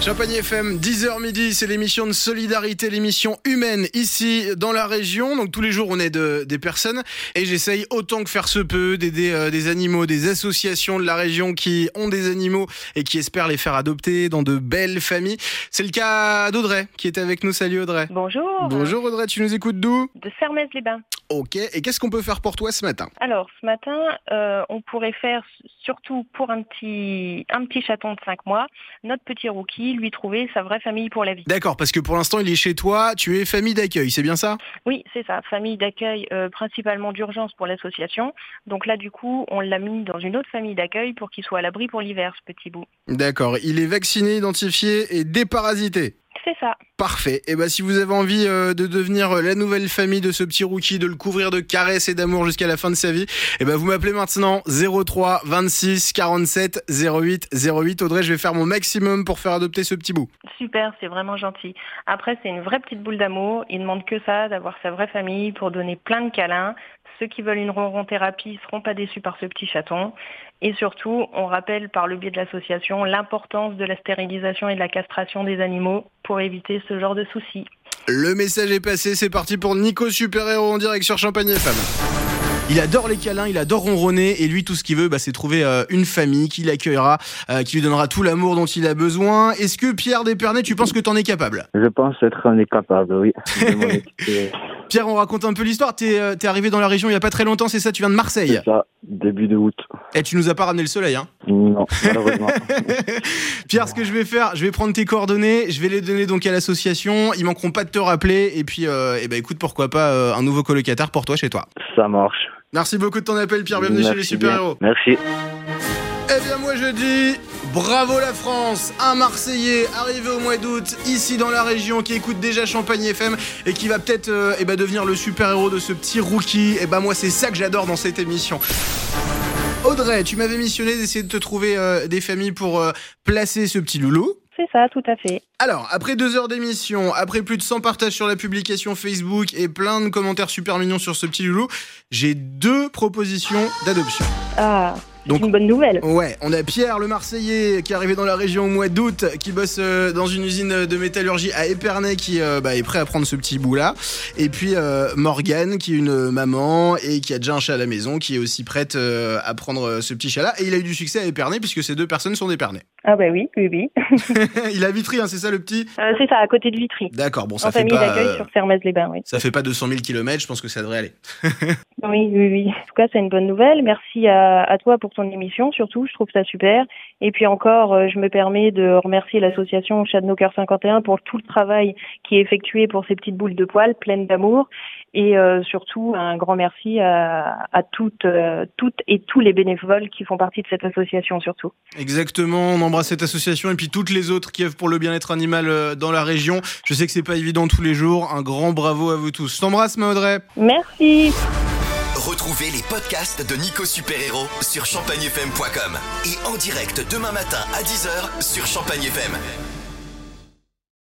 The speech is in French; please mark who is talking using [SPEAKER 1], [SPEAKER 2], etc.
[SPEAKER 1] Champagne FM, 10h midi, c'est l'émission de solidarité, l'émission humaine ici dans la région. Donc tous les jours, on aide euh, des personnes et j'essaye autant que faire se peut d'aider euh, des animaux, des associations de la région qui ont des animaux et qui espèrent les faire adopter dans de belles familles. C'est le cas d'Audrey qui est avec nous. Salut Audrey.
[SPEAKER 2] Bonjour.
[SPEAKER 1] Bonjour Audrey, tu nous écoutes d'où
[SPEAKER 2] De Fermez-les-Bains.
[SPEAKER 1] Ok, et qu'est-ce qu'on peut faire pour toi ce matin
[SPEAKER 2] Alors, ce matin, euh, on pourrait faire, surtout pour un petit, un petit chaton de 5 mois, notre petit rookie, lui trouver sa vraie famille pour la vie.
[SPEAKER 1] D'accord, parce que pour l'instant, il est chez toi, tu es famille d'accueil, c'est bien ça
[SPEAKER 2] Oui, c'est ça, famille d'accueil euh, principalement d'urgence pour l'association. Donc là, du coup, on l'a mis dans une autre famille d'accueil pour qu'il soit à l'abri pour l'hiver, ce petit bout.
[SPEAKER 1] D'accord, il est vacciné, identifié et déparasité.
[SPEAKER 2] C'est ça.
[SPEAKER 1] Parfait. Et ben si vous avez envie euh, de devenir euh, la nouvelle famille de ce petit rookie, de le couvrir de caresses et d'amour jusqu'à la fin de sa vie, et ben vous m'appelez maintenant 03 26 47 08 08. Audrey, je vais faire mon maximum pour faire adopter ce petit bout.
[SPEAKER 2] Super, c'est vraiment gentil. Après, c'est une vraie petite boule d'amour. Il ne demande que ça, d'avoir sa vraie famille pour donner plein de câlins. Ceux qui veulent une ronron thérapie ne seront pas déçus par ce petit chaton. Et surtout, on rappelle par le biais de l'association l'importance de la stérilisation et de la castration des animaux pour éviter ce genre de soucis.
[SPEAKER 1] Le message est passé, c'est parti pour Nico Super Héros en direct sur Champagne FM. Il adore les câlins, il adore ronronner et lui tout ce qu'il veut bah, c'est trouver euh, une famille qui l'accueillera, euh, qui lui donnera tout l'amour dont il a besoin. Est-ce que Pierre Despernay, tu penses que t'en es capable
[SPEAKER 3] Je pense être un des capables, oui. De mon équipe,
[SPEAKER 1] Pierre, on raconte un peu l'histoire, t'es euh, t'es arrivé dans la région il y a pas très longtemps, c'est ça, tu viens de Marseille.
[SPEAKER 3] c'est ça, début de août.
[SPEAKER 1] Et tu nous as pas ramené le soleil hein
[SPEAKER 3] Non, malheureusement.
[SPEAKER 1] Pierre, ce que je vais faire, je vais prendre tes coordonnées, je vais les donner donc à l'association. Ils manqueront pas de te rappeler. Et puis, euh, eh ben, écoute, pourquoi pas euh, un nouveau colocataire pour toi chez toi.
[SPEAKER 3] ça marche.
[SPEAKER 1] Merci beaucoup de ton appel, Pierre. Bienvenue chez les
[SPEAKER 3] Merci bien.
[SPEAKER 1] super héros.
[SPEAKER 3] Merci.
[SPEAKER 1] Eh bien, moi je dis bravo la France, un Marseillais arrivé au mois d'août, ici dans la région, qui écoute déjà Champagne FM et qui va peut-être euh, eh ben, devenir le super héros de ce petit rookie. Et ben moi, c'est ça que j'adore dans cette émission. Audrey, tu m'avais missionné d'essayer de te trouver euh, des familles pour euh, placer ce petit loulou.
[SPEAKER 2] C'est ça, tout à fait.
[SPEAKER 1] Alors, après deux heures d'émission, après plus de 100 partages sur la publication Facebook et plein de commentaires super mignons sur ce petit loulou, j'ai deux propositions d'adoption.
[SPEAKER 2] Ah, c'est
[SPEAKER 1] Donc-
[SPEAKER 2] une bonne nouvelle.
[SPEAKER 1] Ouais, on a Pierre le Marseillais qui est arrivé dans la région au mois d'août, qui bosse euh, dans une usine de métallurgie à Épernay, qui euh, bah, est prêt à prendre ce petit bout là. Et puis euh, Morgane qui est une euh, maman et qui a déjà un chat à la maison, qui est aussi prête euh, à prendre euh, ce petit chat là. Et il a eu du succès à Épernay puisque ces deux personnes sont d'Épernay.
[SPEAKER 2] Ah bah oui, oui, oui.
[SPEAKER 1] il a Vitry, hein, c'est ça le petit
[SPEAKER 2] Euh, c'est ça, à côté de Vitry.
[SPEAKER 1] D'accord, bon
[SPEAKER 2] en
[SPEAKER 1] ça fait
[SPEAKER 2] famille
[SPEAKER 1] pas.
[SPEAKER 2] d'accueil
[SPEAKER 1] euh,
[SPEAKER 2] sur Fermez-les-Bains, oui.
[SPEAKER 1] Ça fait pas 200 000 km, je pense que ça devrait aller.
[SPEAKER 2] Oui, oui, oui. En tout cas, c'est une bonne nouvelle. Merci à, à toi pour ton émission, surtout. Je trouve ça super. Et puis encore, euh, je me permets de remercier l'association Chat de nos Cœurs 51 pour tout le travail qui est effectué pour ces petites boules de poils pleines d'amour. Et euh, surtout, un grand merci à, à toutes, euh, toutes et tous les bénévoles qui font partie de cette association, surtout.
[SPEAKER 1] Exactement, on embrasse cette association et puis toutes les autres qui œuvrent pour le bien-être animal euh, dans la région. Je sais que c'est pas évident tous les jours. Un grand bravo à vous tous. Je T'embrasse, ma Audrey.
[SPEAKER 2] Merci.
[SPEAKER 4] Retrouvez les podcasts de Nico Super Héros sur champagnefm.com et en direct demain matin à 10h sur Champagne FM.